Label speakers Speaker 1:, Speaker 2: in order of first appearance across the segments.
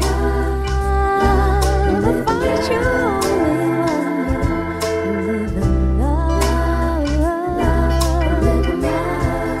Speaker 1: Love, find you only one. Live in love, live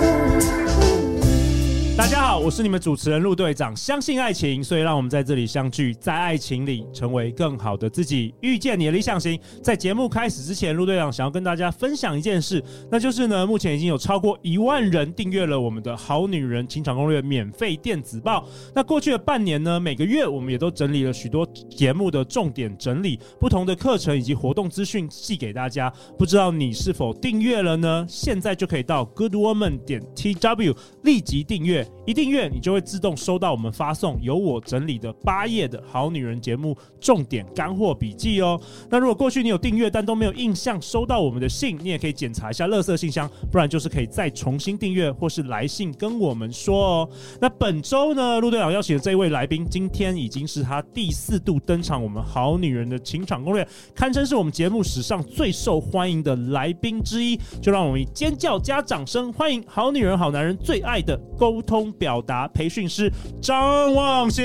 Speaker 1: in love.
Speaker 2: 大家好，我是你们主持人陆队长。相信爱情，所以让我们在这里相聚，在爱情里成为更好的自己，遇见你的理想型。在节目开始之前，陆队长想要跟大家分享一件事，那就是呢，目前已经有超过一万人订阅了我们的《好女人情场攻略》免费电子报。那过去的半年呢，每个月我们也都整理了许多节目的重点整理、不同的课程以及活动资讯寄给大家。不知道你是否订阅了呢？现在就可以到 goodwoman 点 tw 立即订阅，一订阅你就会自动收到我们发送由我整理的八页的好女人节目重点干货笔记哦。那如果过去你有订阅但都没有印象收到我们的信，你也可以检查一下垃圾信箱，不然就是可以再重新订阅或是来信跟我们说哦。那本周呢，陆队长邀请的这一位来宾，今天已经是他第四度登场我们《好女人的情场攻略》，堪称是我们节目史上最受欢迎的来宾之一。就让我们以尖叫加掌声欢迎好女人、好男人最爱的沟通表达培训师张望行。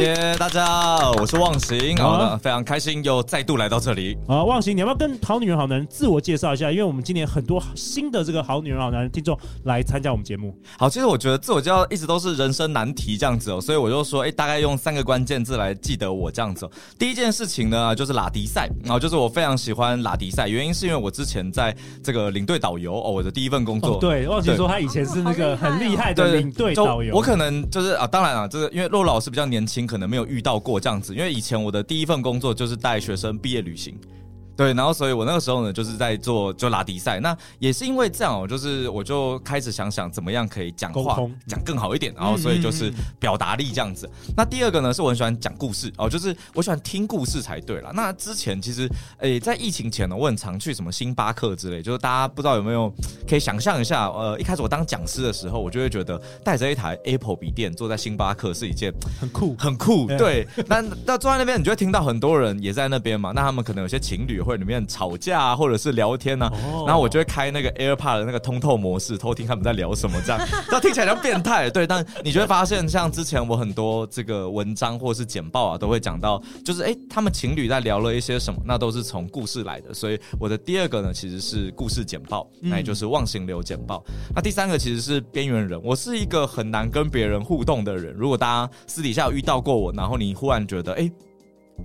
Speaker 3: 耶大家好，我是忘形，
Speaker 2: 好
Speaker 3: 好
Speaker 2: 啊
Speaker 3: 的，非常开心又再度来到这里。
Speaker 2: 啊，忘形，你要不要跟好女人好男人自我介绍一下？因为我们今年很多新的这个好女人好男人听众来参加我们节目。
Speaker 3: 好，其实我觉得自我介绍一直都是人生难题这样子哦，所以我就说，哎、大概用三个关键字来记得我这样子哦、第一件事情呢，啊就是拉迪赛，然后就是我非常喜欢拉迪赛，原因是因为我之前在这个领队导游哦，我的第一份工作。
Speaker 2: 哦，对，忘形说他以前是那个
Speaker 1: 哦好厉害哦
Speaker 2: 很厉害的
Speaker 3: 对
Speaker 2: 领队
Speaker 3: 就
Speaker 2: 导游。
Speaker 3: 我可能就是啊，当然啊，就是因为洛老师比较年轻，可能没有遇到过这样子。因为以前我的第一份工作就是带学生毕业旅行，对，然后所以我那个时候呢，就是在做就拉迪赛。那也是因为这样哦，就是我就开始想想怎么样可以讲
Speaker 2: 沟
Speaker 3: 话
Speaker 2: 通
Speaker 3: 讲更好一点，然后所以就是表达力这样子。那第二个呢，是我很喜欢讲故事哦，就是我喜欢听故事才对啦。那之前其实诶、在疫情前呢，我很常去什么星巴克之类，就是大家不知道有没有可以想象一下，呃，一开始我当讲师的时候，我就会觉得带着一台 Apple 笔电坐在星巴克是一件
Speaker 2: 很酷。
Speaker 3: 很酷，
Speaker 2: 对
Speaker 3: 对。那那坐在那边，你就会听到很多人也在那边嘛。那他们可能有些情侣会里面吵架啊，或者是聊天呢、啊。
Speaker 2: 哦
Speaker 3: 然后我就会开那个 AirPod 的那个通透模式，偷听他们在聊什么，这样 这样听起来像变态。对，但你就会发现，像之前我很多这个文章或是简报啊，都会讲到，就是哎、诶他们情侣在聊了一些什么，那都是从故事来的。所以我的第二个呢，其实是故事简报，那也就是忘形流简报。那第三个其实是边缘人，我是一个很难跟别人互动的人。如果大家私底下有遇到过我，然后你忽然觉得，哎、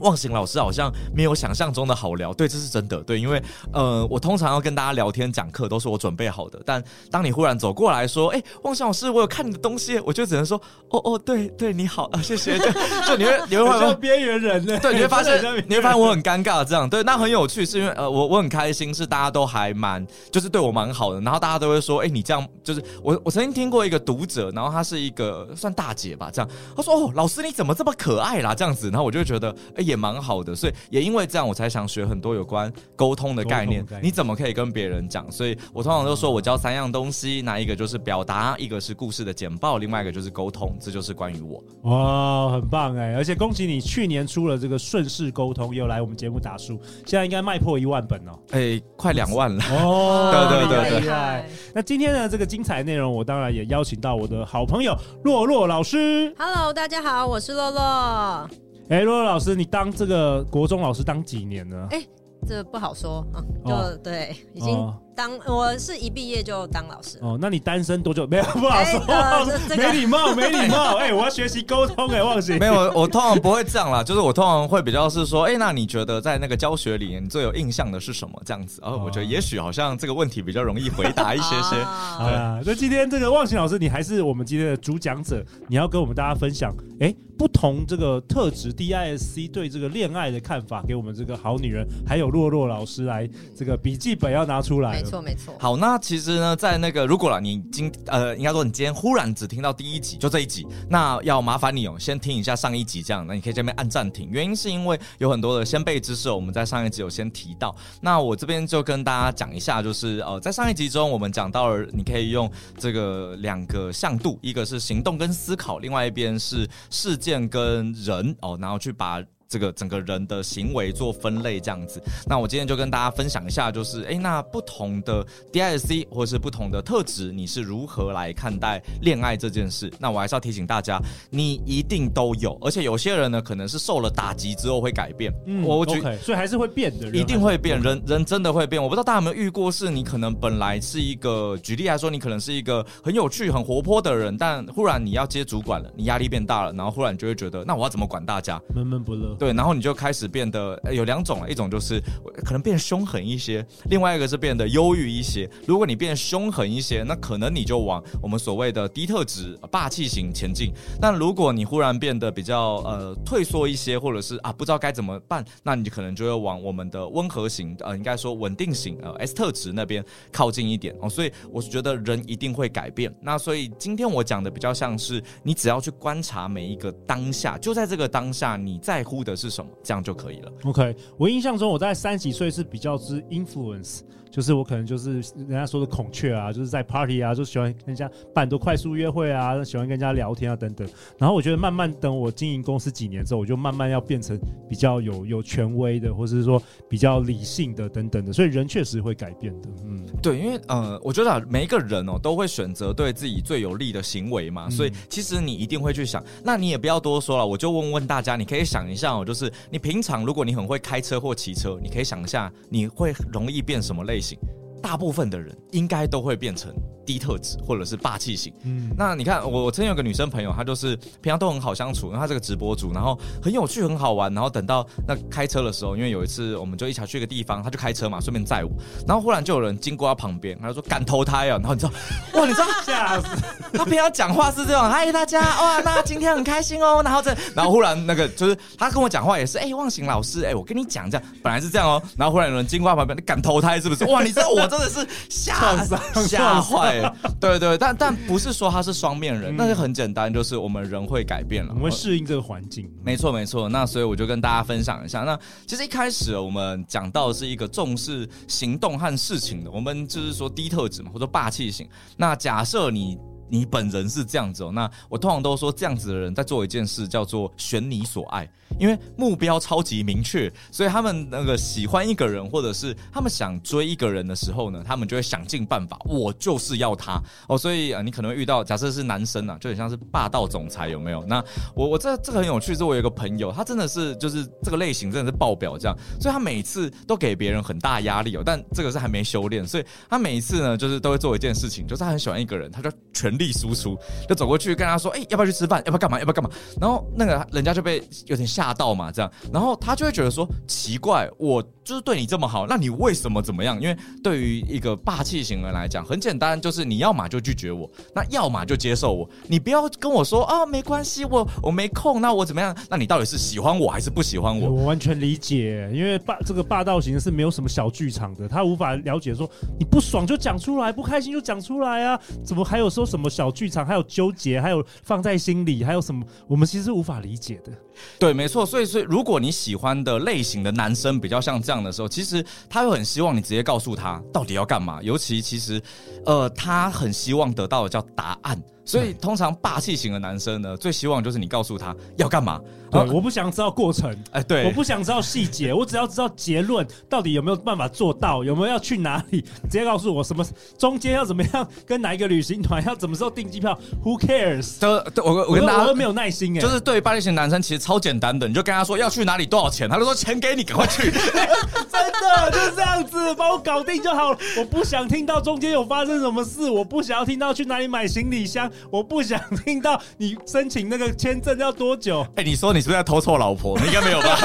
Speaker 3: 忘形老师好像没有想象中的好聊，对，这是真的，对，因为呃，我通常要跟大家聊天讲课都是我准备好的，但当你忽然走过来说，哎、忘形老师，我有看你的东西，我就只能说，哦哦，对对，你好啊，谢谢，就就你会你会
Speaker 2: 很
Speaker 3: 发
Speaker 2: 像
Speaker 3: 现。
Speaker 2: 边缘人呢，
Speaker 3: 对，你会 发
Speaker 2: 真的很像边，
Speaker 3: 现你会发现我很尴尬，这样对，那很有趣，是因为呃，我我很开心，是大家都还蛮，就是对我蛮好的，然后大家都会说，哎、你这样就是我我曾经听过一个读者，然后她是一个算大姐吧，这样，她说哦，老师你怎么这么可爱啦，这样子，然后我就觉得，哎、也蛮好的，所以也因为这样，我才想学很多有关沟通的概念
Speaker 2: 沟通的概，念
Speaker 3: 你怎么可以跟别人讲？所以我通常都说我教三样东西，那一个就是表达，一个是故事的简报，另外一个就是沟通，这就是关于我。
Speaker 2: 哇，很棒哎！而且恭喜你去年出了这个顺势沟通，又来我们节目打书，现在应该卖破一万本哦。
Speaker 3: 哎、快两万了。
Speaker 2: 哦
Speaker 3: 对对对对
Speaker 2: 厉害！那今天呢，这个精彩内容，我当然也邀请到我的好朋友洛洛老师。
Speaker 4: Hello，大家好，我是洛洛。
Speaker 2: 哎，洛洛老师，你当这个国中老师当几年呢？
Speaker 4: 哎这不好说啊，就、
Speaker 2: 哦
Speaker 4: 对，已经
Speaker 2: 哦
Speaker 4: 当、我是一毕业就当老师了。
Speaker 2: 哦，那你单身多久？没有，不好说，不
Speaker 4: 哎
Speaker 2: 好
Speaker 4: 呃
Speaker 2: 说
Speaker 4: 这这
Speaker 2: 没
Speaker 4: 个
Speaker 2: 礼貌，没礼貌。 哎，我要学习沟通，哎，忘记
Speaker 3: 没有，我通常不会这样啦，就是我通常会比较是说，哎、那你觉得在那个教学里面，你最有印象的是什么？这样子，哦，我觉得也许好像这个问题比较容易回答一些些。
Speaker 4: 啊
Speaker 2: 好啦，那今天这个忘形老师，你还是我们今天的主讲者，你要跟我们大家分享，哎、不同这个特质 DISC 对这个恋爱的看法，给我们这个好女人，还有洛洛老师来这个笔记本要拿出来
Speaker 4: 没
Speaker 2: 了。
Speaker 4: 错没错。
Speaker 3: 好，那其实呢，在那个如果啦，你今呃，应该说你今天忽然只听到第一集，就这一集，那要麻烦你哦，先听一下上一集，这样，那你可以这边按暂停。原因是因为有很多的先辈知识哦，我们在上一集有先提到。那我这边就跟大家讲一下，就是呃，在上一集中我们讲到了，你可以用这个两个向度，一个是行动跟思考，另外一边是事件跟人哦，然后去把。这个整个人的行为做分类这样子。那我今天就跟大家分享一下，就是诶，那不同的 DISC E 或是不同的特质，你是如何来看待恋爱这件事？那我还是要提醒大家，你一定都有，而且有些人呢，可能是受了打击之后会改变。
Speaker 4: 嗯，
Speaker 3: 我举
Speaker 4: OK，所以还是会变的，人
Speaker 3: 一定会变，人人真的会变。我不知道大家有没有遇过，是你可能本来是一个，举例来说，你可能是一个很有趣、很活泼的人，但忽然你要接主管了，你压力变大了，然后忽然你就会觉得，那我要怎么管大家？
Speaker 4: 闷闷不乐。
Speaker 3: 对，然后你就开始变得呃有两种，一种就是可能变凶狠一些，另外一个是变得忧郁一些。如果你变凶狠一些，那可能你就往我们所谓的低特质、呃霸气型前进。但如果你忽然变得比较呃退缩一些，或者是啊不知道该怎么办，那你可能就会往我们的温和型，呃应该说稳定型，呃 S 特质那边靠近一点哦。所以我是觉得人一定会改变。那所以今天我讲的比较像是你只要去观察每一个当下，就在这个当下你在乎的是什么，这样就可以了。
Speaker 4: OK，我印象中我在三十几岁是比较之 influence，就是我可能就是人家说的孔雀啊，就是在 party 啊，就喜欢跟人家办很多快速约会啊，喜欢跟人家聊天啊等等。然后我觉得慢慢等我经营公司几年之后，我就慢慢要变成比较有有权威的，或是说比较理性的等等的，所以人确实会改变的。嗯，
Speaker 3: 对，因为呃，我觉得啊每一个人哦都会选择对自己最有利的行为嘛，所以其实你一定会去想。那你也不要多说了，我就问问大家，你可以想一下哦，就是你平常如果你很会开车或骑车，你可以想一下你会容易变什么类型？大部分的人应该都会变成低特质或者是霸气型。
Speaker 4: 嗯
Speaker 3: 那你看，我我曾经有个女生朋友，她就是平常都很好相处，然后她是个直播主，然后很有趣，很好玩。然后等到那开车的时候，因为有一次我们就一起去一个地方，她就开车嘛，顺便载我。然后忽然就有人经过她旁边，她就说敢投胎啊！然后你知道，哇，你知道
Speaker 4: 吓死！
Speaker 3: 她平常讲话是这种，嗨大家，哇，那今天很开心哦。然后这，然后忽然那个就是她跟我讲话也是，哎、忘形老师，哎、我跟你讲这样，本来是这样哦，然后忽然有人经过她旁边，你敢投胎是不是？哇，你知道我真的是吓 吓坏了，对对，但但不是说他是双面人，那是很简单，就是我们人会改变了，哦
Speaker 4: 我们会适应这个环境。
Speaker 3: 没错，没错。那所以我就跟大家分享一下。那其实一开始我们讲到的是一个重视行动和事情的，我们就是说低特质嘛，或者霸气型。那假设你你本人是这样子哦，那我通常都说这样子的人在做一件事叫做选你所爱，因为目标超级明确，所以他们那个喜欢一个人，或者是他们想追一个人的时候呢，他们就会想尽办法，我就是要他哦。所以呃，你可能会遇到，假设是男生啊，就很像是霸道总裁，有没有？那我我这这个很有趣，是我有一个朋友，他真的是就是这个类型真的是爆表这样，所以他每次都给别人很大压力哦，但这个是还没修炼，所以他每一次呢就是都会做一件事情，就是他很喜欢一个人，他就全力输出，就走过去跟他说，哎、要不要去吃饭？要不要干嘛？要不要干嘛？然后那个人家就被有点吓到嘛，这样，然后他就会觉得说奇怪，我就是对你这么好，那你为什么怎么样？因为对于一个霸气型人来讲，很简单，就是你要嘛就拒绝我，那要么就接受我，你不要跟我说啊没关系，我我没空，那我怎么样？那你到底是喜欢我还是不喜欢我？
Speaker 4: 我完全理解，因为霸这个霸道型是没有什么小剧场的，他无法了解说你不爽就讲出来，不开心就讲出来啊，怎么还有说什么小剧场，还有纠结，还有放在心里，还有什么我们其实无法理解的。
Speaker 3: 对，没错。所以，所以如果你喜欢的类型的男生比较像这样的时候，其实他会很希望你直接告诉他到底要干嘛。尤其其实，呃，他很希望得到的叫答案。所以，通常霸气型的男生呢，最希望就是你告诉他要干嘛。
Speaker 4: 对，
Speaker 3: 呃
Speaker 4: 啊我不想知道过程，
Speaker 3: 哎，对，
Speaker 4: 我不想知道细节，我只要知道结论到底有没有办法做到，有没有要去哪里，直接告诉我什么中间要怎么样，跟哪一个旅行团要怎么时候订机票，Who cares？
Speaker 3: 都都呃我我跟大
Speaker 4: 我
Speaker 3: 家
Speaker 4: 都没有耐心哎、
Speaker 3: 就是对于霸气型男生其实超简单的，你就跟他说要去哪里多少钱，他就说钱给你，赶快 去。
Speaker 4: 真的就是这样子，把我搞定就好了。我不想听到中间有发生什么事，我不想要听到去哪里买行李箱，我不想听到你申请那个签证要多久。
Speaker 3: 哎、你说你是不是在偷凑老婆？你应该没有吧？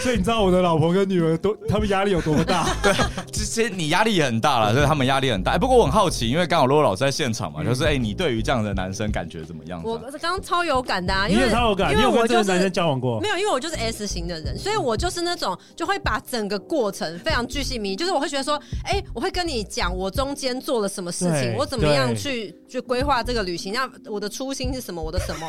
Speaker 4: 所以你知道我的老婆跟女儿多，他们压力有多大？
Speaker 3: 对，其实你压力也很大了，所以他们压力很大。哎，不过我很好奇，因为刚好洛洛老师在现场嘛，就是哎、你对于这样的男生感觉怎么样？
Speaker 5: 我刚刚超有感的、啊，
Speaker 4: 你
Speaker 5: 因为
Speaker 4: 有超有感，
Speaker 5: 因
Speaker 4: 你有
Speaker 5: 为我
Speaker 4: 跟这
Speaker 5: 就
Speaker 4: 个
Speaker 5: 是
Speaker 4: 男生交往过
Speaker 5: 没？有，因为我就是 S 型的人，所以我就是那种就会把整个过程非常巨细靡遗，就是我会觉得说，哎、我会跟你讲我中间做了什么事情
Speaker 4: 对，
Speaker 5: 我怎么样
Speaker 4: 对
Speaker 5: 去去规划这个旅行，那我的初心是什么，我的什么，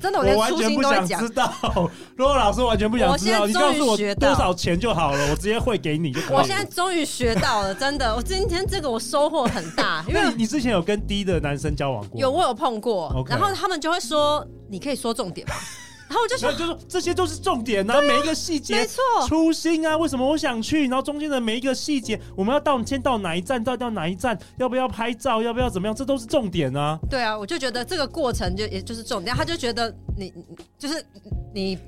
Speaker 5: 真的我
Speaker 4: 我
Speaker 5: 连
Speaker 4: 完
Speaker 5: 初
Speaker 4: 全
Speaker 5: 心
Speaker 4: 不
Speaker 5: 都会
Speaker 4: 想
Speaker 5: 讲
Speaker 4: 知。道，洛老师完全不想知道。
Speaker 5: 我
Speaker 4: 你
Speaker 5: 现
Speaker 4: 告
Speaker 5: 在
Speaker 4: 诉我
Speaker 5: 终于学
Speaker 4: 多
Speaker 5: 到
Speaker 4: 少钱就好了，我直接汇给你就可以了。
Speaker 5: 我现在终于学到了，真的，我今天这个我收获很大，因为
Speaker 4: 那你你之前有跟低的男生交往过吗？
Speaker 5: 有我有碰过
Speaker 4: OK
Speaker 5: 然后他们就会说，你可以说重点吗？然后我就
Speaker 4: 所
Speaker 5: 说
Speaker 4: 以就是这些都是重点呐、每一个细节，
Speaker 5: 啊没错
Speaker 4: 初心啊，为什么我想去，然后中间的每一个细节，我们要到先到哪一站，到到哪一站，要不要拍照，要不要怎么样，这都是重点啊。
Speaker 5: 对啊，我就觉得这个过程就也就是重点，他就觉得你你就是你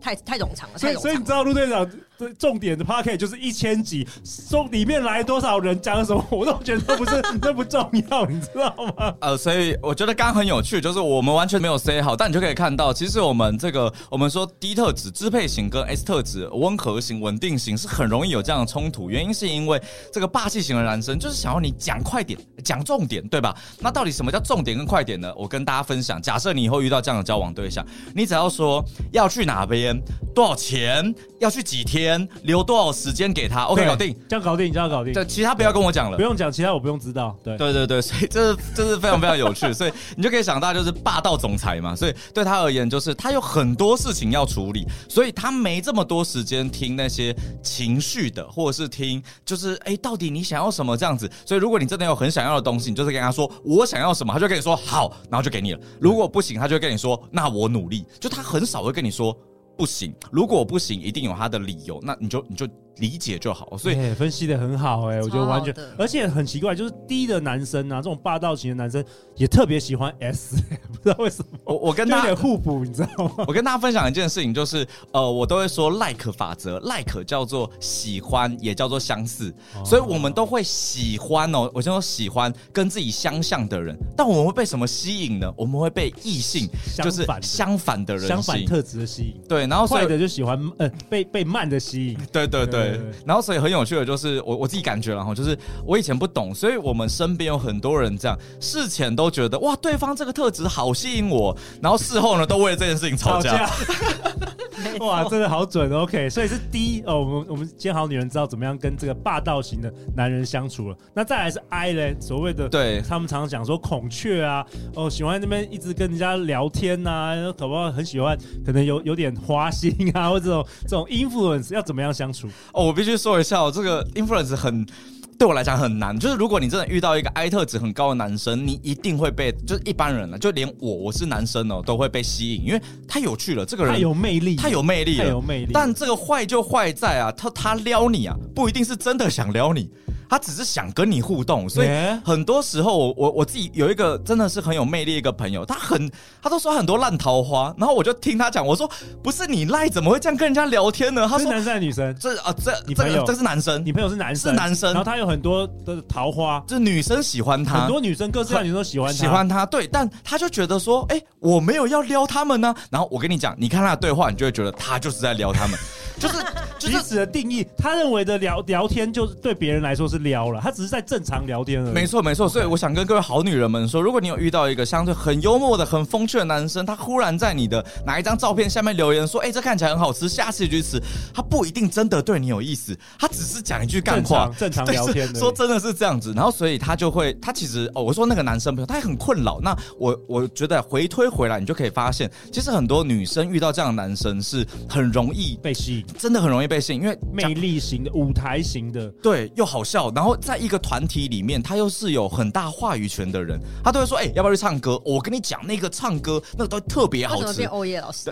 Speaker 5: 太太冗长了，
Speaker 4: 所
Speaker 5: 太
Speaker 4: 以，
Speaker 5: 冗
Speaker 4: 所以
Speaker 5: 长
Speaker 4: 你
Speaker 5: 了。
Speaker 4: 知道陆队长最重点的 p a r k e t 就是一千集，中里面来多少人讲了什么，我都觉得那不是 那不重要，你知道吗？
Speaker 3: 呃，所以我觉得刚刚很有趣，就是我们完全没有 say 好，但你就可以看到，其实我们这个我们说 D 特质、支配型跟 S 特质、温和型、稳定型是很容易有这样的冲突，原因是因为这个霸气型的男生就是想要你讲快点、讲重点，对吧？那到底什么叫重点跟快点呢？我跟大家分享，假设你以后遇到这样的交往对象，你只要说要去哪边、多少钱、要去几天、留多少时间给他，OK，
Speaker 4: 对
Speaker 3: 搞定。，
Speaker 4: 这样搞定，这样搞定，
Speaker 3: 对，其他不要跟我讲了
Speaker 4: 不。用讲，其他我不用知道。对，
Speaker 3: 对对对，所以这是这是非常非常有 趣，所以你就可以想到就是霸道总裁嘛，所以对他而言就是他有很多事情要处理，所以他没这么多时间听那些情绪的，或者是听就是哎、到底你想要什么这样子，所以如果你真的有很想要的东西，你就是跟他说我想要什么，他就跟你说好，然后就给你了，
Speaker 4: 嗯
Speaker 3: 如果不行，他就会跟你说那我努力，就他很少会跟你说。不行，如果不行，一定有他的理由，那你就你就理解就好。所以
Speaker 4: 哎分析的很好哎、我觉得
Speaker 5: 超好
Speaker 4: 完全
Speaker 5: 的，
Speaker 4: 而且很奇怪，就是 D 的男生啊，这种霸道型的男生也特别喜欢 S，不 知道为什么，
Speaker 3: 我我跟
Speaker 4: 就
Speaker 3: 他
Speaker 4: 有点互补，你知道吗？
Speaker 3: 我跟大家分享一件事情，就是呃，我都会说 like 法则，like 叫做喜欢，也叫做相似，
Speaker 4: 哦
Speaker 3: 所以我们都会喜欢哦。我先说喜欢跟自己相像的人，但我们会被什么吸引呢？我们会被异性，
Speaker 4: 相
Speaker 3: 就是
Speaker 4: 反的
Speaker 3: 相反的人
Speaker 4: 相
Speaker 3: 吸
Speaker 4: 反
Speaker 3: 引。
Speaker 4: 特质的吸引，
Speaker 3: 对，然后所
Speaker 4: 快
Speaker 3: 以
Speaker 4: 的就喜欢呃被被慢的吸引，
Speaker 3: 对对
Speaker 4: 对
Speaker 3: 对
Speaker 4: 对对，
Speaker 3: 然后所以很有趣的就是我我自己感觉了哈，就是我以前不懂，所以我们身边有很多人这样，事前都觉得哇对方这个特质好吸引我，然后事后呢都为了这件事情吵架。。
Speaker 4: 哇，真的好准，OK，所以是 D 哦，我们我们今天好女人知道怎么样跟这个霸道型的男人相处了。那再来是 I 嘞，所谓的
Speaker 3: 对
Speaker 4: 他们常常讲说孔雀啊，哦，喜欢那边一直跟人家聊天呐、搞不好很喜欢，可能有有点花心啊，或者这种这种 influence 要怎么样相处？
Speaker 3: 哦，我必须说一下，哦，这个 influence 很。对我来讲很难，就是如果你真的遇到一个 I 特质很高的男生，你一定会被，就是一般人呢、啊就连我，我是男生哦，都会被吸引，因为太有趣了，这个人
Speaker 4: 太有魅力，
Speaker 3: 太有魅力了，
Speaker 4: 太有魅力
Speaker 3: 但这个坏就坏在啊，他他撩你啊，不一定是真的想撩你，他只是想跟你互动。所以
Speaker 4: 欸
Speaker 3: 很多时候我，我我自己有一个真的是很有魅力的一个朋友，他很他都说他很多烂桃花，然后我就听他讲，我说不是你赖怎么会这样跟人家聊天呢？他
Speaker 4: 是
Speaker 3: 说
Speaker 4: 男生还是女生？
Speaker 3: 这啊这
Speaker 4: 你
Speaker 3: 这
Speaker 4: 朋友
Speaker 3: 个这是男生，
Speaker 4: 你朋友是男生，
Speaker 3: 是男生
Speaker 4: 然后他有很多的桃花，
Speaker 3: 就是女生喜欢他，
Speaker 4: 很多女生各式各样的女生都喜欢他，
Speaker 3: 喜欢他，对，但他就觉得说，哎、我没有要撩他们呢、然后我跟你讲，你看他的对话，你就会觉得他就是在撩他们， 就是就
Speaker 4: 彼
Speaker 3: 是。
Speaker 4: 此的定义，他认为的聊聊天就是对别人来说是撩了，他只是在正常聊天而已。
Speaker 3: 没错，没错，所以我想跟各位好女人们说，如果你有遇到一个相对很幽默的、很风趣的男生，他忽然在你的哪一张照片下面留言说：“哎、这看起来很好吃，下次去吃。”他不一定真的对你有意思，他只是讲一句干
Speaker 4: 正
Speaker 3: 话
Speaker 4: 常，正常
Speaker 3: 对
Speaker 4: 聊
Speaker 3: 是
Speaker 4: 天的。
Speaker 3: 说真的是这样子，然后所以他就会，他其实哦，我说那个男生朋友，他也很困扰。那我我觉得回推回来，你就可以发现，其实很多女生遇到这样的男生是很容易，
Speaker 4: 被吸引，
Speaker 3: 真的很容易被吸引，因为
Speaker 4: 魅力型的、舞台型的，
Speaker 3: 对又好笑，然后在一个团体里面，他又是有很大话语权的人，他都会说，哎、要不要去唱歌？我跟你讲，那个唱歌那个都特别
Speaker 5: 为
Speaker 3: 好
Speaker 5: 什么
Speaker 3: 吃
Speaker 5: 变。欧耶老师？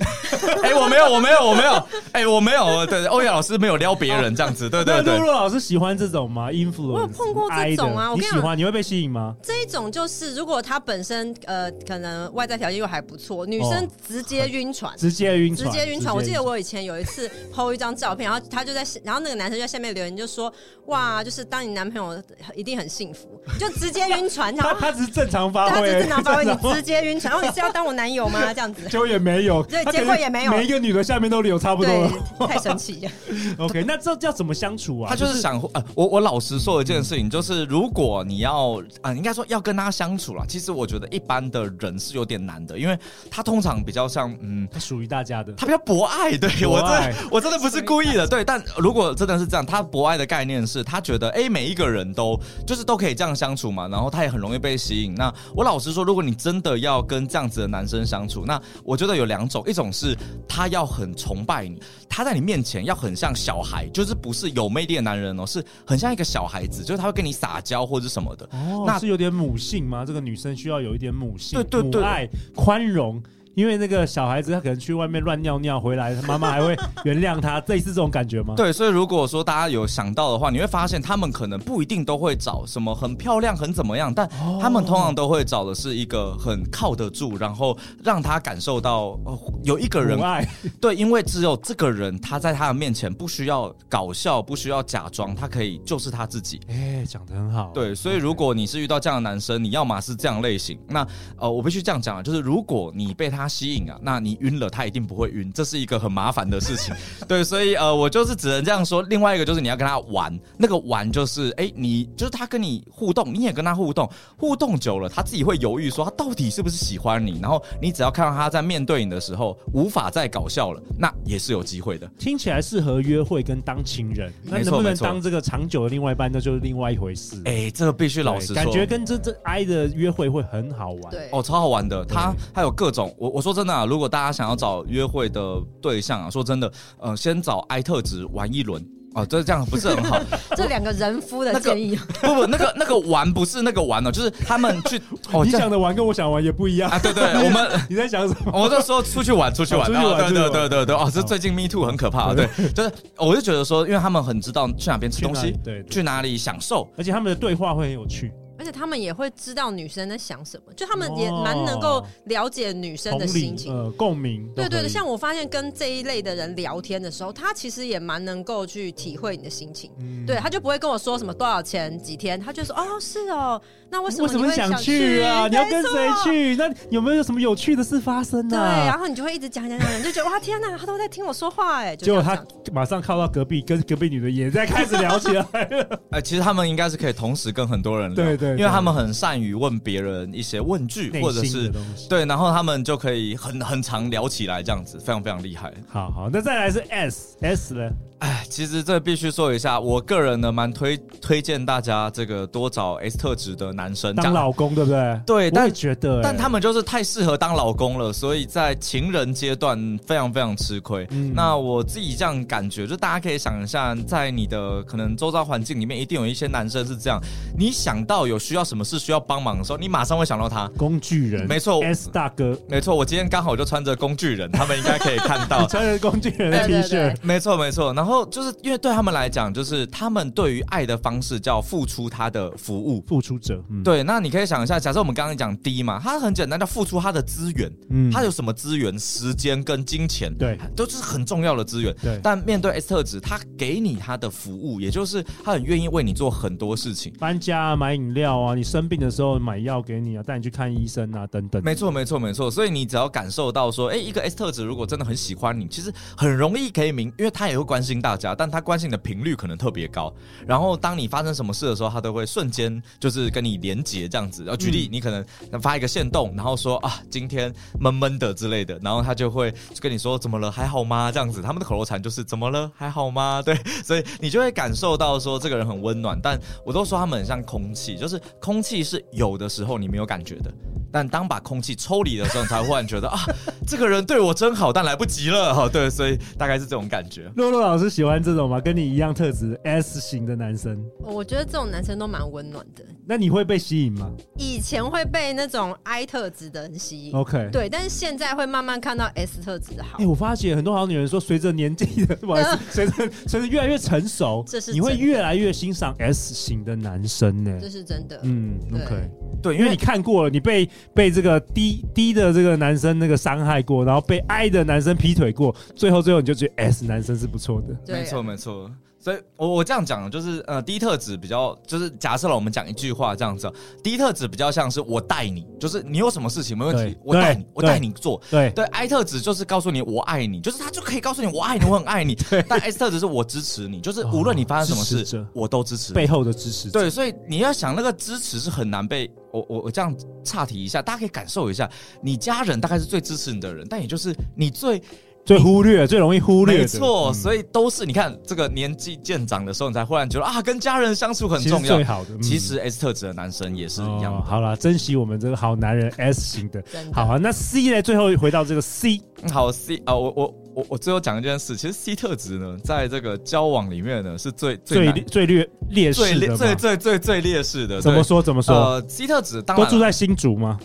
Speaker 3: 哎、我没有，我没有，我没有，哎、我没有。对，对欧阳老师没有撩别人这样子，对对
Speaker 4: 那
Speaker 3: 对
Speaker 4: 露。露老师喜欢这种吗？influence，
Speaker 5: 我有碰过这种
Speaker 4: I
Speaker 5: 啊
Speaker 4: 的
Speaker 5: 我跟
Speaker 4: 你
Speaker 5: 你
Speaker 4: 喜
Speaker 5: 讲
Speaker 4: 欢？你会被吸引吗？
Speaker 5: 这一种就是，如果他本身呃，可能外在条件又还不错，女生
Speaker 4: 哦
Speaker 5: 直接晕船。
Speaker 4: 直接晕
Speaker 5: 直
Speaker 4: 船，
Speaker 5: 接晕船！我记得
Speaker 4: 我
Speaker 5: 我以前有一次 PO 一张照片，然后他就在，然后那个男生就在下面留言，就说：“哇，就是当你男朋友一定很幸 福。”就直接晕船，然
Speaker 4: 他
Speaker 5: 后
Speaker 4: 他只是正常发
Speaker 5: 他就
Speaker 4: 挥，
Speaker 5: 正常发挥，你
Speaker 4: 正常
Speaker 5: 直接晕船。然后你是要当我男友吗？这样子，
Speaker 4: 结果也没有，
Speaker 5: 对
Speaker 4: 他
Speaker 5: 结
Speaker 4: 可
Speaker 5: 果
Speaker 4: 能
Speaker 5: 也没有
Speaker 4: 每一个女的下面都流差不多
Speaker 5: 对
Speaker 4: 了。，
Speaker 5: 太神奇 了。
Speaker 4: OK，那这叫怎么相处啊？
Speaker 3: 他就是想，呃，我我老实说一件事情，就是如果你要，啊、应该说要跟他相处啦。其实我觉得一般的人是有点难的，因为他通常比较像，嗯。
Speaker 4: 他属于大家的，
Speaker 3: 他比较博爱，对
Speaker 4: 博
Speaker 3: 我
Speaker 4: 爱
Speaker 3: 真我真的不是故意的，对。但如果真的是这样，他博爱的概念是他觉得，哎、每一个人都就是都可以这样相处嘛，然后他也很容易被吸引。那我老实说，如果你真的要跟这样子的男生相处，那我觉得有两种，一种是他要很崇拜你，他在你面前要很像小孩，就是不是有魅力的男人哦，是很像一个小孩子，就是他会跟你撒娇或者什么的。
Speaker 4: 哦，
Speaker 3: 那
Speaker 4: 是有点母性吗？这个女生需要有一点母性，
Speaker 3: 对对对
Speaker 4: 母爱、宽容、因为那个小孩子他可能去外面乱尿尿，回来他妈妈还会原谅他，这一次这种感觉吗？
Speaker 3: 对，所以如果说大家有想到的话，你会发现他们可能不一定都会找什么很漂亮、很怎么样，但
Speaker 4: 哦
Speaker 3: 他们通常都会找的是一个很靠得住，然后让他感受到、哦有一个人
Speaker 4: 母爱，
Speaker 3: 对，因为只有这个人他在他的面前不需要搞笑，不需要假装，他可以就是他自己。
Speaker 4: 哎，讲的很好。
Speaker 3: 对，所以如果你是遇到这样的男生，你要么是这样类型，那呃，我必须这样讲啊，就是如果你被他吸引啊，那你晕了，他一定不会晕，这是一个很麻烦的事 情。对，所以呃，我就是只能这样说。另外一个就是你要跟他玩，那个玩就是哎、你就是他跟你互动，你也跟他互动，互动久了，他自己会犹豫说他到底是不是喜欢你。然后你只要看到他在面对你的时候无法再搞笑了，那也是有机会的。
Speaker 4: 听起来适合约会跟当情人，那
Speaker 3: 没错
Speaker 4: 能不能
Speaker 3: 没错
Speaker 4: 当这个长久的另外一半，那就是另外一回事。
Speaker 3: 哎、这个必须老实说，
Speaker 4: 对感觉跟这这 I 的约会会很好玩。
Speaker 5: 对，
Speaker 3: 哦，超好玩的，它还有各种。我我说真的啊，如果大家想要找约会的对象啊，说真的，呃，先找 I 特质玩一轮。哦，这这样不是很好。
Speaker 5: 这两个人夫的
Speaker 3: 那个
Speaker 5: 建议，
Speaker 3: 不不，那个那个玩不是那个玩哦，就是他们去哦，
Speaker 4: 你
Speaker 3: 这样
Speaker 4: 想的玩跟我想玩也不一样。
Speaker 3: 啊，对对，我们
Speaker 4: 你在想什么？
Speaker 3: 我就说出去玩，出去玩，
Speaker 4: 哦出去玩
Speaker 3: 啊对
Speaker 4: 出
Speaker 3: 对
Speaker 4: 去玩
Speaker 3: 对对对，哦，这最近 Me Too 很可怕啊，对，就是我就觉得说，因为他们很知道去哪边吃东
Speaker 4: 去
Speaker 3: 西
Speaker 4: 哪里，对对
Speaker 3: 去哪里享受，
Speaker 4: 而且他们的对话会很有趣，
Speaker 5: 而且他们也会知道女生在想什么，就他们也
Speaker 4: 哦
Speaker 5: 蛮能够了解女生
Speaker 4: 同
Speaker 5: 的心
Speaker 4: 理
Speaker 5: 情。
Speaker 4: 呃共鸣都可以。
Speaker 5: 对对对，像我发现跟这一类的人聊天的时候，他其实也蛮能够去体会你的心情。
Speaker 4: 嗯
Speaker 5: 对，他就不会跟我说什么多少钱几天，他就说哦是哦，那为什么
Speaker 4: 为什么
Speaker 5: 你
Speaker 4: 你
Speaker 5: 会
Speaker 4: 想
Speaker 5: 去
Speaker 4: 去啊？你要跟谁？
Speaker 5: 没错
Speaker 4: 去？那有没有什么有趣的事发生
Speaker 5: 对，然
Speaker 4: 啊？
Speaker 5: 后你就会一直讲讲讲，你就觉得哇天哪，他都在听我说话 哎。就
Speaker 4: 结果
Speaker 5: 这样
Speaker 4: 他
Speaker 5: 讲
Speaker 4: 马上靠到隔壁，跟隔壁女的也在开始聊起来了。
Speaker 3: 哎，其实他们应该是可以同时跟很多人聊，
Speaker 4: 对对对
Speaker 3: 因为他们很善于问别人一些问句，
Speaker 4: 内
Speaker 3: 或者
Speaker 4: 心的
Speaker 3: 是
Speaker 4: 东西。
Speaker 3: 对，然后他们就可以很很常聊起来，这样子非常非常厉害。
Speaker 4: 好好，那再来是 S S 呢？
Speaker 3: 哎，其实这必须说一下，我个人呢蛮推推荐大家这个多找 S 特质的男生
Speaker 4: 当。老公对不对？
Speaker 3: 对
Speaker 4: 我也
Speaker 3: 但
Speaker 4: 觉得欸，
Speaker 3: 但他们就是太适合当老公了，所以在情人阶段非常非常吃亏。
Speaker 4: 嗯
Speaker 3: 那我自己这样感觉，就大家可以想一下，在你的可能周遭环境里面，一定有一些男生是这样，你想到有需要什么事需要帮忙的时候，你马上会想到他。
Speaker 4: 工具人，
Speaker 3: 没错
Speaker 4: S 大哥，
Speaker 3: 没错，我今天刚好就穿着工具人，他们应该可以看到
Speaker 4: 你。穿着工具人的 T
Speaker 5: 对对对
Speaker 4: 恤，
Speaker 3: 没错，没错。然后就是因为对他们来讲，就是他们对于爱的方式叫付出他的服务。
Speaker 4: 付出者，嗯，
Speaker 3: 对，那你可以想一下，假设我们刚刚讲 D 嘛，他很简单，叫付出他的资源，
Speaker 4: 嗯
Speaker 3: 他有什么资源？时间跟金钱，
Speaker 4: 对
Speaker 3: 都是很重要的资源。
Speaker 4: 对
Speaker 3: 但面对 S 特质，他给你他的服务，也就是他很愿意为你做很多事情。
Speaker 4: 搬家啊，买饮料啊，你生病的时候买药给你啊，带你去看医生啊，等等。
Speaker 3: 没错，没错，没错。所以你只要感受到说，哎、一个 S 特质如果真的很喜欢你，其实很容易可以明，因为他也会关心大家，但他关心你的频率可能特别高。然后当你发生什么事的时候，他都会瞬间就是跟你连结这样子。然后举例，你可能发一个线动，然后说啊，今天闷闷的之类的，然后他就会跟你说怎啊么了，还好吗？这样子，他们的口头禅就是怎么了，还好吗？对，所以你就会感受到说这个人很温暖。但我都说他们很像空气，就是空气是有的时候你没有感觉的。但当把空气抽离的时候，你才忽然觉得 啊，这个人对我真好，但来不及了。哦，对，所以大概是这种感觉。
Speaker 4: 洛洛老师喜欢这种吗？跟你一样特质 S 型的男生，
Speaker 5: 我觉得这种男生都蛮温暖的，
Speaker 4: 那你会被吸引吗
Speaker 3: 嗯
Speaker 5: 以前会被那种 I 特质的人吸引，
Speaker 4: ？OK，。
Speaker 5: 对，但是现在会慢慢看到 S 特质的好
Speaker 4: 哎、。我发现很多好女人说，随着年纪的，不 好意
Speaker 3: 嗯
Speaker 4: 思，随着随着越来越成熟，
Speaker 5: 这是
Speaker 4: 你会
Speaker 5: 真的
Speaker 4: 越来越欣赏 S 型的男生呢、
Speaker 5: 这是真的，
Speaker 4: 嗯
Speaker 5: 对
Speaker 4: ，OK，
Speaker 3: 对，
Speaker 4: 因为你看过了，你被被这个低低的这个男生那个伤害过，然后被 I 的男生劈腿过，最后最后你就觉得 S 男生是不错的。
Speaker 5: 对啊
Speaker 3: 没错没错。所以我我这样讲就是呃，低特质比较就是假设了我们讲一句话这样子，低特质比较像是我带你，就是你有什么事情没问题
Speaker 4: 对，
Speaker 3: 我带你
Speaker 4: 对，
Speaker 3: 我带你做。
Speaker 4: 对，
Speaker 3: 对，I 特质就是告诉你我爱你，就是他就可以告诉你我爱你，我很爱你。但 S 特质是我支持你，就是无论你发生什么
Speaker 4: 哦支持
Speaker 3: 事
Speaker 4: 者，
Speaker 3: 我都支持你。
Speaker 4: 背后的支持者。
Speaker 3: 对，所以你要想那个支持是很难被我我我这样岔题一下，大家可以感受一下，你家人大概是最支持你的人，但也就是你最
Speaker 4: 最忽略、最容易忽略的，
Speaker 3: 没错，
Speaker 4: 嗯
Speaker 3: 所以都是你看这个年纪渐长的时候，你才忽然觉得啊，跟家人相处很
Speaker 4: 其实
Speaker 3: 重要
Speaker 4: 最。好的。嗯
Speaker 3: 其实 S 特质的男生也是一样
Speaker 4: 哦
Speaker 3: 的。
Speaker 4: 好啦，珍惜我们这个好男人 S 型的
Speaker 5: 真。的
Speaker 4: 好啊，那 C 呢？最后回到这个 C，
Speaker 3: 嗯好 C 啊、我我我我最后讲一件事，其实 C 特质呢，在这个交往里面呢，是最
Speaker 4: 最
Speaker 3: 难
Speaker 4: 最劣劣
Speaker 3: 最
Speaker 4: 势
Speaker 3: 劣
Speaker 4: 的
Speaker 3: 最
Speaker 4: 吗？
Speaker 3: 最最最劣势的。
Speaker 4: 怎么
Speaker 3: 对？
Speaker 4: 说？怎么说？
Speaker 3: 呃，C 特质当
Speaker 4: 都
Speaker 3: 然
Speaker 4: 住在新竹吗？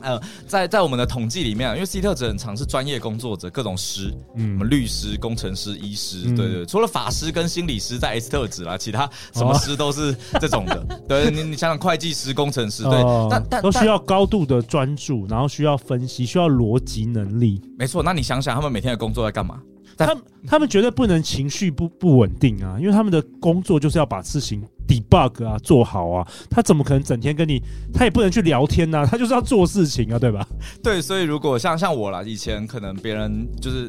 Speaker 3: 呃在在我们的统计里面啊，因为 C 特质很常是专业工作者，各种师，什
Speaker 4: 嗯
Speaker 3: 么，律师、工程师、医师，
Speaker 4: 嗯哦
Speaker 3: 对对对，除了法师跟心理师在 S 特质啦，其他什么师都是这种的。 对你，你想想会计师、工程师，对，
Speaker 4: 哦
Speaker 3: 但但
Speaker 4: 都需
Speaker 3: 但
Speaker 4: 要高度的专注，然后需要分析，需要逻辑能力。
Speaker 3: 没错。那你想想他们每天的工作在干嘛？但
Speaker 4: 他们他们绝对不能情绪不不稳定啊，因为他们的工作就是要把事情 debug 啊做好啊，他怎么可能整天跟你？他也不能去聊天呐、他就是要做事情啊，对吧？
Speaker 3: 对，所以如果像像我啦，以前可能别人就是。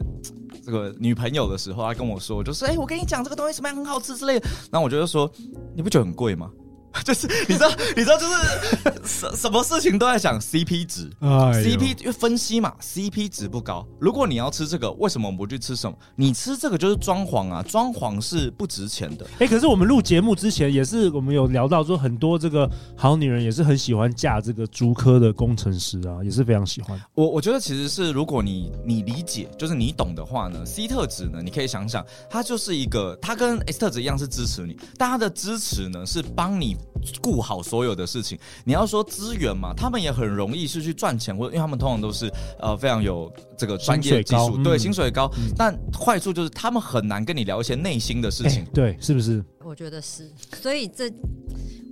Speaker 3: 这个女朋友的时候，她跟我说，就是哎、我跟你讲这个东西什么样很好吃之类的，然后我就会说，你不觉得很贵吗？ 就是你知道，你知道，就是什什么事情都在想 CP 值，
Speaker 4: 哎呦
Speaker 3: CP 因为分析嘛，CP 值不高。如果你要吃这个，为什么我们不去吃什么？你吃这个就是装潢啊，装潢是不值钱的。
Speaker 4: 哎、可是我们录节目之前也是，我们有聊到说很多这个好女人也是很喜欢嫁这个竹科的工程师啊，也是非常喜欢。
Speaker 3: 我我觉得其实是，如果你你理解，就是你懂的话呢，C 特质呢，你可以想想，它就是一个，它跟 S 特质一样是支持你，但它的支持呢是帮你顾好所有的事情。你要说资源嘛，他们也很容易是去赚钱，或者因为他们通常都是呃非常有这个专业
Speaker 4: 薪水
Speaker 3: 技
Speaker 4: 高
Speaker 3: 术，
Speaker 4: 嗯
Speaker 3: 对，薪水高。但坏处就是他们很难跟你聊一些内心的事情
Speaker 4: 哎。对，是不是？
Speaker 5: 我觉得是，所以这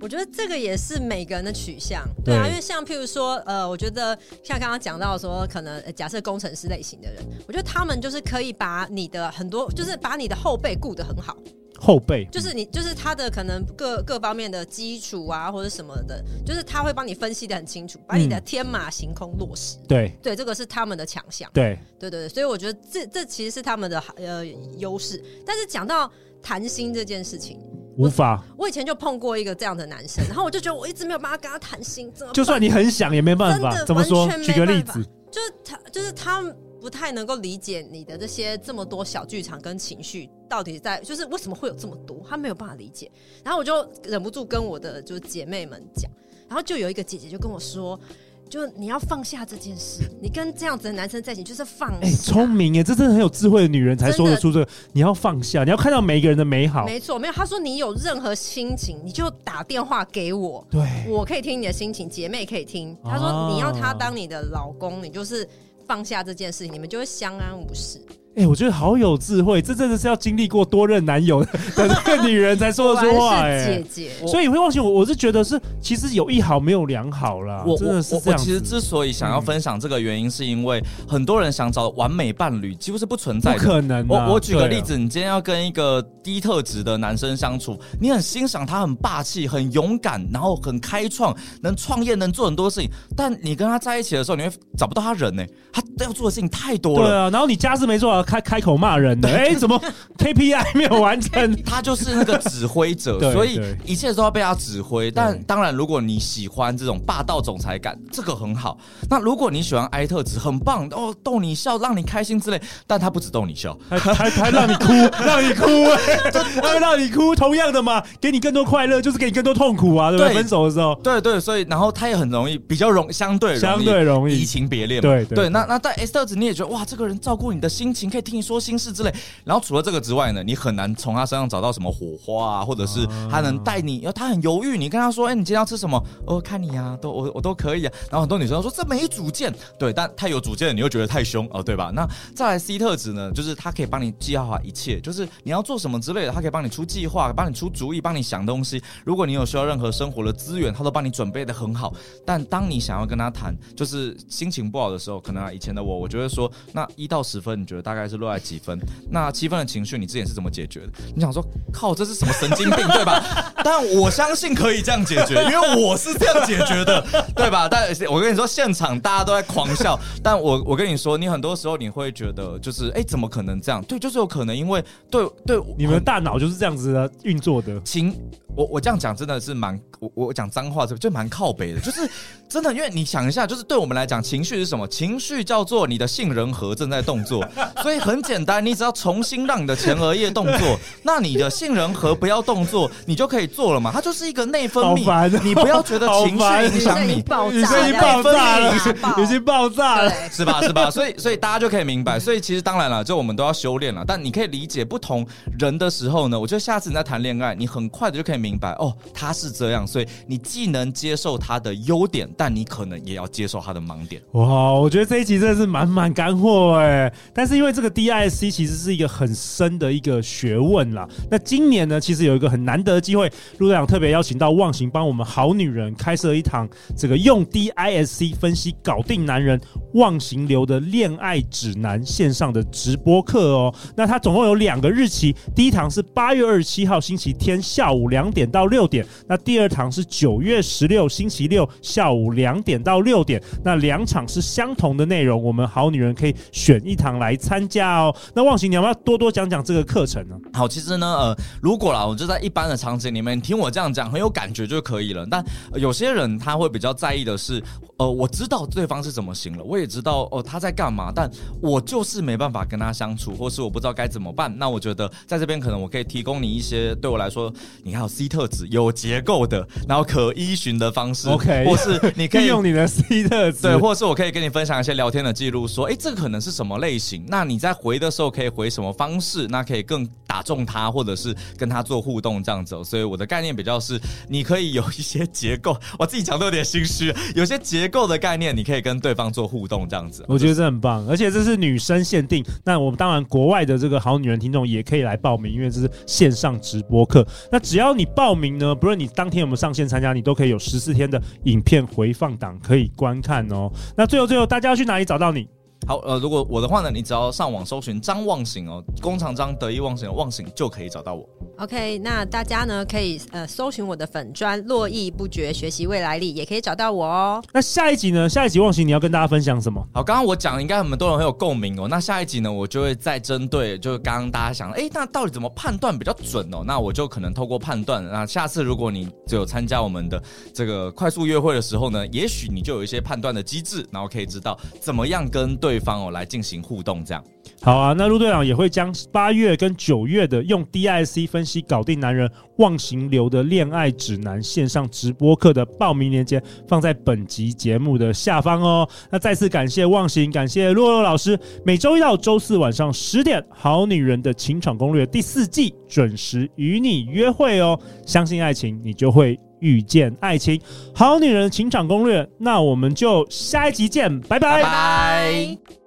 Speaker 5: 我觉得这个也是每个人的取向，对啊，
Speaker 4: 对
Speaker 5: 因为像譬如说，呃，我觉得像刚刚讲到说，可能、呃假设工程师类型的人，我觉得他们就是可以把你的很多，就是把你的后背顾得很好，
Speaker 4: 后辈
Speaker 5: 就是你就是他的可能各各方面的基础啊或者什么的，就是他会帮你分析的很清楚，把你的
Speaker 4: 嗯
Speaker 5: 天马行空落实，
Speaker 4: 对
Speaker 5: 对，这个是他们的强项。
Speaker 4: 对，
Speaker 5: 对对对，所以我觉得这这其实是他们的呃优势。但是讲到谈心这件事情，
Speaker 4: 无法，
Speaker 5: 我以前就碰过一个这样的男生，然后我就觉得我一直没有办法跟他谈心，怎么办
Speaker 4: 就算你很想也没办
Speaker 5: 真
Speaker 4: 法。
Speaker 5: 的
Speaker 4: 怎么说
Speaker 5: 完？全
Speaker 4: 举个
Speaker 5: 没
Speaker 4: 例
Speaker 5: 办法
Speaker 4: 子，
Speaker 5: 就是他就是他不太能够理解你的这些这么多小剧场跟情绪到底在，就是为什么会有这么多，他没有办法理解。然后我就忍不住跟我的就是姐妹们讲，然后就有一个姐姐就跟我说。就你要放下这件事，你跟这样子的男生在一起就是放
Speaker 4: 哎，
Speaker 5: 下。
Speaker 4: 聪明耶，这真的很有智慧的女人才
Speaker 5: 真
Speaker 4: 说
Speaker 5: 的
Speaker 4: 得出这个。你要放下，你要看到每一个人的美好。
Speaker 5: 没错，没有。他说你有任何心情，你就打电话给我，
Speaker 4: 对，
Speaker 5: 我可以听你的心情，姐妹可以听。他
Speaker 4: 哎哦
Speaker 5: 说你要他当你的老公，你就是放下这件事情，你们就会相安无事。
Speaker 4: 哎，我觉得好有智慧，这真的是要经历过多任男友的 的这个女人才说得出
Speaker 5: 果
Speaker 4: 话。
Speaker 5: 然是
Speaker 4: 哎
Speaker 5: 姐，姐，
Speaker 4: 所以会忘记我，我是觉得是其实有一好没有两好啦，
Speaker 3: 我
Speaker 4: 真的是
Speaker 3: 我
Speaker 4: 这
Speaker 3: 我
Speaker 4: 样
Speaker 3: 其实
Speaker 4: 子。
Speaker 3: 之
Speaker 4: 嗯
Speaker 3: 所以想要分享这个原因，是因为很多人想找完美伴侣几乎是不存
Speaker 4: 不
Speaker 3: 在的。
Speaker 4: 可能啊。
Speaker 3: 我我举个
Speaker 4: 对
Speaker 3: 例，
Speaker 4: 啊
Speaker 3: 子，你今天要跟一个低特质的男生相处，你很欣赏他很霸气、很勇敢，然后很开创，能创业，能做很多事情。但你跟他在一起的时候，你会找不到他人呢、他要做的事情太多
Speaker 4: 对
Speaker 3: 了。
Speaker 4: 啊，然后你家事没做好，开开口骂人的，哎，怎么 KPI 没有完成？
Speaker 3: 他就是那个指挥者
Speaker 4: 对，
Speaker 3: 所以
Speaker 4: 对
Speaker 3: 一切都要被他指挥。但
Speaker 4: 对
Speaker 3: 当然，如果你喜欢这种霸道总裁感，这个很好。那如果你喜欢艾特值，很棒哦，逗你笑，让你开心之类。但他不止逗你笑，
Speaker 4: 还还还 让你哭，让你哭、哎，还让你哭，同样的嘛，给你更多快乐，就是给你更多痛苦啊，对不对？
Speaker 3: 对
Speaker 4: 分手的时候，
Speaker 3: 对对，所以然后他也很容易，比较容相对容易
Speaker 4: 相对容易
Speaker 3: 移情别恋嘛。
Speaker 4: 对对对
Speaker 3: 那那在 S 特质你也觉得哇，这个人照顾你的心情，可以听你说心事之类。然后除了这个之外呢，你很难从他身上找到什么火花啊，或者是他能带你，呃他很犹豫，你跟他说，哎，你今天要吃什么？哦，看你啊，都我我都可以啊。然后很多女生都说这没主见，对，但太有主见了，你又觉得太凶哦、对吧？那再来 C 特质呢，就是他可以帮你计划好一切，就是你要做什么之类的，他可以帮你出计划，帮你出主意，帮你想东西。如果你有需要任何生活的资源，他都帮你准备的很好。但当你想要跟他谈，就是心情不好的时候，可能、啊、以前的我，我就会说，那一到十分，你觉得大概是落在几分？那七分的情绪，你之前是怎么解决的？你想说，靠，这是什么神经病，对吧？ 但我相信可以这样解决，因 为我是这样解决的，对吧？但我跟你说，现场大家都在狂笑，但我我跟你说，你很多时候你会觉得，就是哎、怎么可能这样？对，就是有可能，因为对对，
Speaker 4: 你们的大脑就是这样子的运作的。
Speaker 3: 情，我我这样讲真的是蛮，我我讲脏话这就蛮靠北的，就是真的，因为你想一下，就是对我们来讲，情绪是什么？情绪叫做你的杏仁核正在动作，所以 所以很简单，你只要重新让你的前额叶动 作，那你的杏仁核不要动作，你就可以做了嘛。它就是一个内分
Speaker 4: 好
Speaker 3: 泌，
Speaker 4: 烦哦，
Speaker 3: 你不要觉得
Speaker 4: 好
Speaker 3: 情绪
Speaker 4: 烦哦
Speaker 3: 影响你，
Speaker 5: 爆
Speaker 4: 你这已经
Speaker 5: 了
Speaker 4: 爆炸了，
Speaker 5: 内分
Speaker 3: 啊
Speaker 5: 泌大爆
Speaker 4: 已经爆炸了。
Speaker 5: 对，
Speaker 3: 是吧？是吧？所以，所以大家就可以明白。所以，其实当然了，就我们都要修炼了。但你可以理解不同人的时候呢，我觉得下次你在谈恋爱，你很快的就可以明白哦，他是这样，所以你既能接受他的优点，但你可能也要接受他的盲点。
Speaker 4: 哇，我觉得这一集真的是满满干货哎！但是因为这个 DISC 其实是一个很深的一个学问啦。那今年呢，其实有一个很难得的机会，陆队长特别邀请到忘形帮我们好女人开设一堂这个用 DISC 分析搞定男人忘形流的恋爱指南线上的直播课哦。那它总共有两个日期，第一堂是八月二十七号星期天下午两点到六点，那第二堂是九月十六星期六下午两点到六点。那两场是相同的内容，我们好女人可以选一堂来参加哦。那忘形，你要不要多多讲讲这个课程呢？
Speaker 3: 好，其实呢，呃，如果啦，我就在一般的场景里面你听我这样讲，很有感觉就可以了。但、呃有些人他会比较在意的是，呃，我知道对方是怎么行了，我也知道哦、他在干嘛，但我就是没办法跟他相处，或是我不知道该怎么办。那我觉得在这边可能我可以提供你一些对我来说，你看有 C 特质、有结构的，然后可依循的方式
Speaker 4: OK
Speaker 3: 或是你可
Speaker 4: 利
Speaker 3: 以
Speaker 4: 用你的 C 特质，
Speaker 3: 对，或者是我可以跟你分享一些聊天的记录，说，诶，这个可能是什么类型？那你在回的时候可以回什么方式？那可以更打中他，或者是跟他做互动这样子哦、所以我的概念比较是，你可以有一些结构， 我自己讲都有点心虚，有些结构的概念，你可以跟对方做互动这样子。
Speaker 4: 我觉得这很棒，而且这是女生限定。那我们当然国外的这个好女人听众也可以来报名，因为这是线上直播课。那只要你报名呢，不论你当天有没有上线参加，你都可以有十四天的影片回放档可以观看哦。那最后最后，大家要去哪里找到你？
Speaker 3: 好，呃，如果我的话呢，你只要上网搜寻张望醒哦，工厂张得意忘形的忘形就可以找到我。
Speaker 5: OK，那大家呢可以呃搜寻我的粉砖“络绎不绝学习未来力”，也可以找到我哦。
Speaker 4: 那下一集呢？下一集忘形你要跟大家分享什么？
Speaker 3: 好，刚刚我讲，应该很多人很有共鸣哦。那下一集呢，我就会再针对，就是刚刚大家想，诶，那到底怎么判断比较准哦？那我就可能透过判断，那下次如果你只有参加我们的这个快速约会的时候呢，也许你就有一些判断的机制，然后可以知道怎么样跟对方哦来进行互动，这样。
Speaker 4: 好啊，那陆队长也会将八月跟九月的用 DIC 分析搞定男人忘形流的恋爱指南线上直播课的报名链接放在本集节目的下方哦。那再次感谢忘形，感谢洛洛老师。每周一到周四晚上十点，《好女人的情场攻略》第四季准时与你约会哦。相信爱情，你就会遇见爱情。《好女人的情场攻略》，那我们就下一集见，拜
Speaker 3: 拜
Speaker 4: 拜
Speaker 3: 拜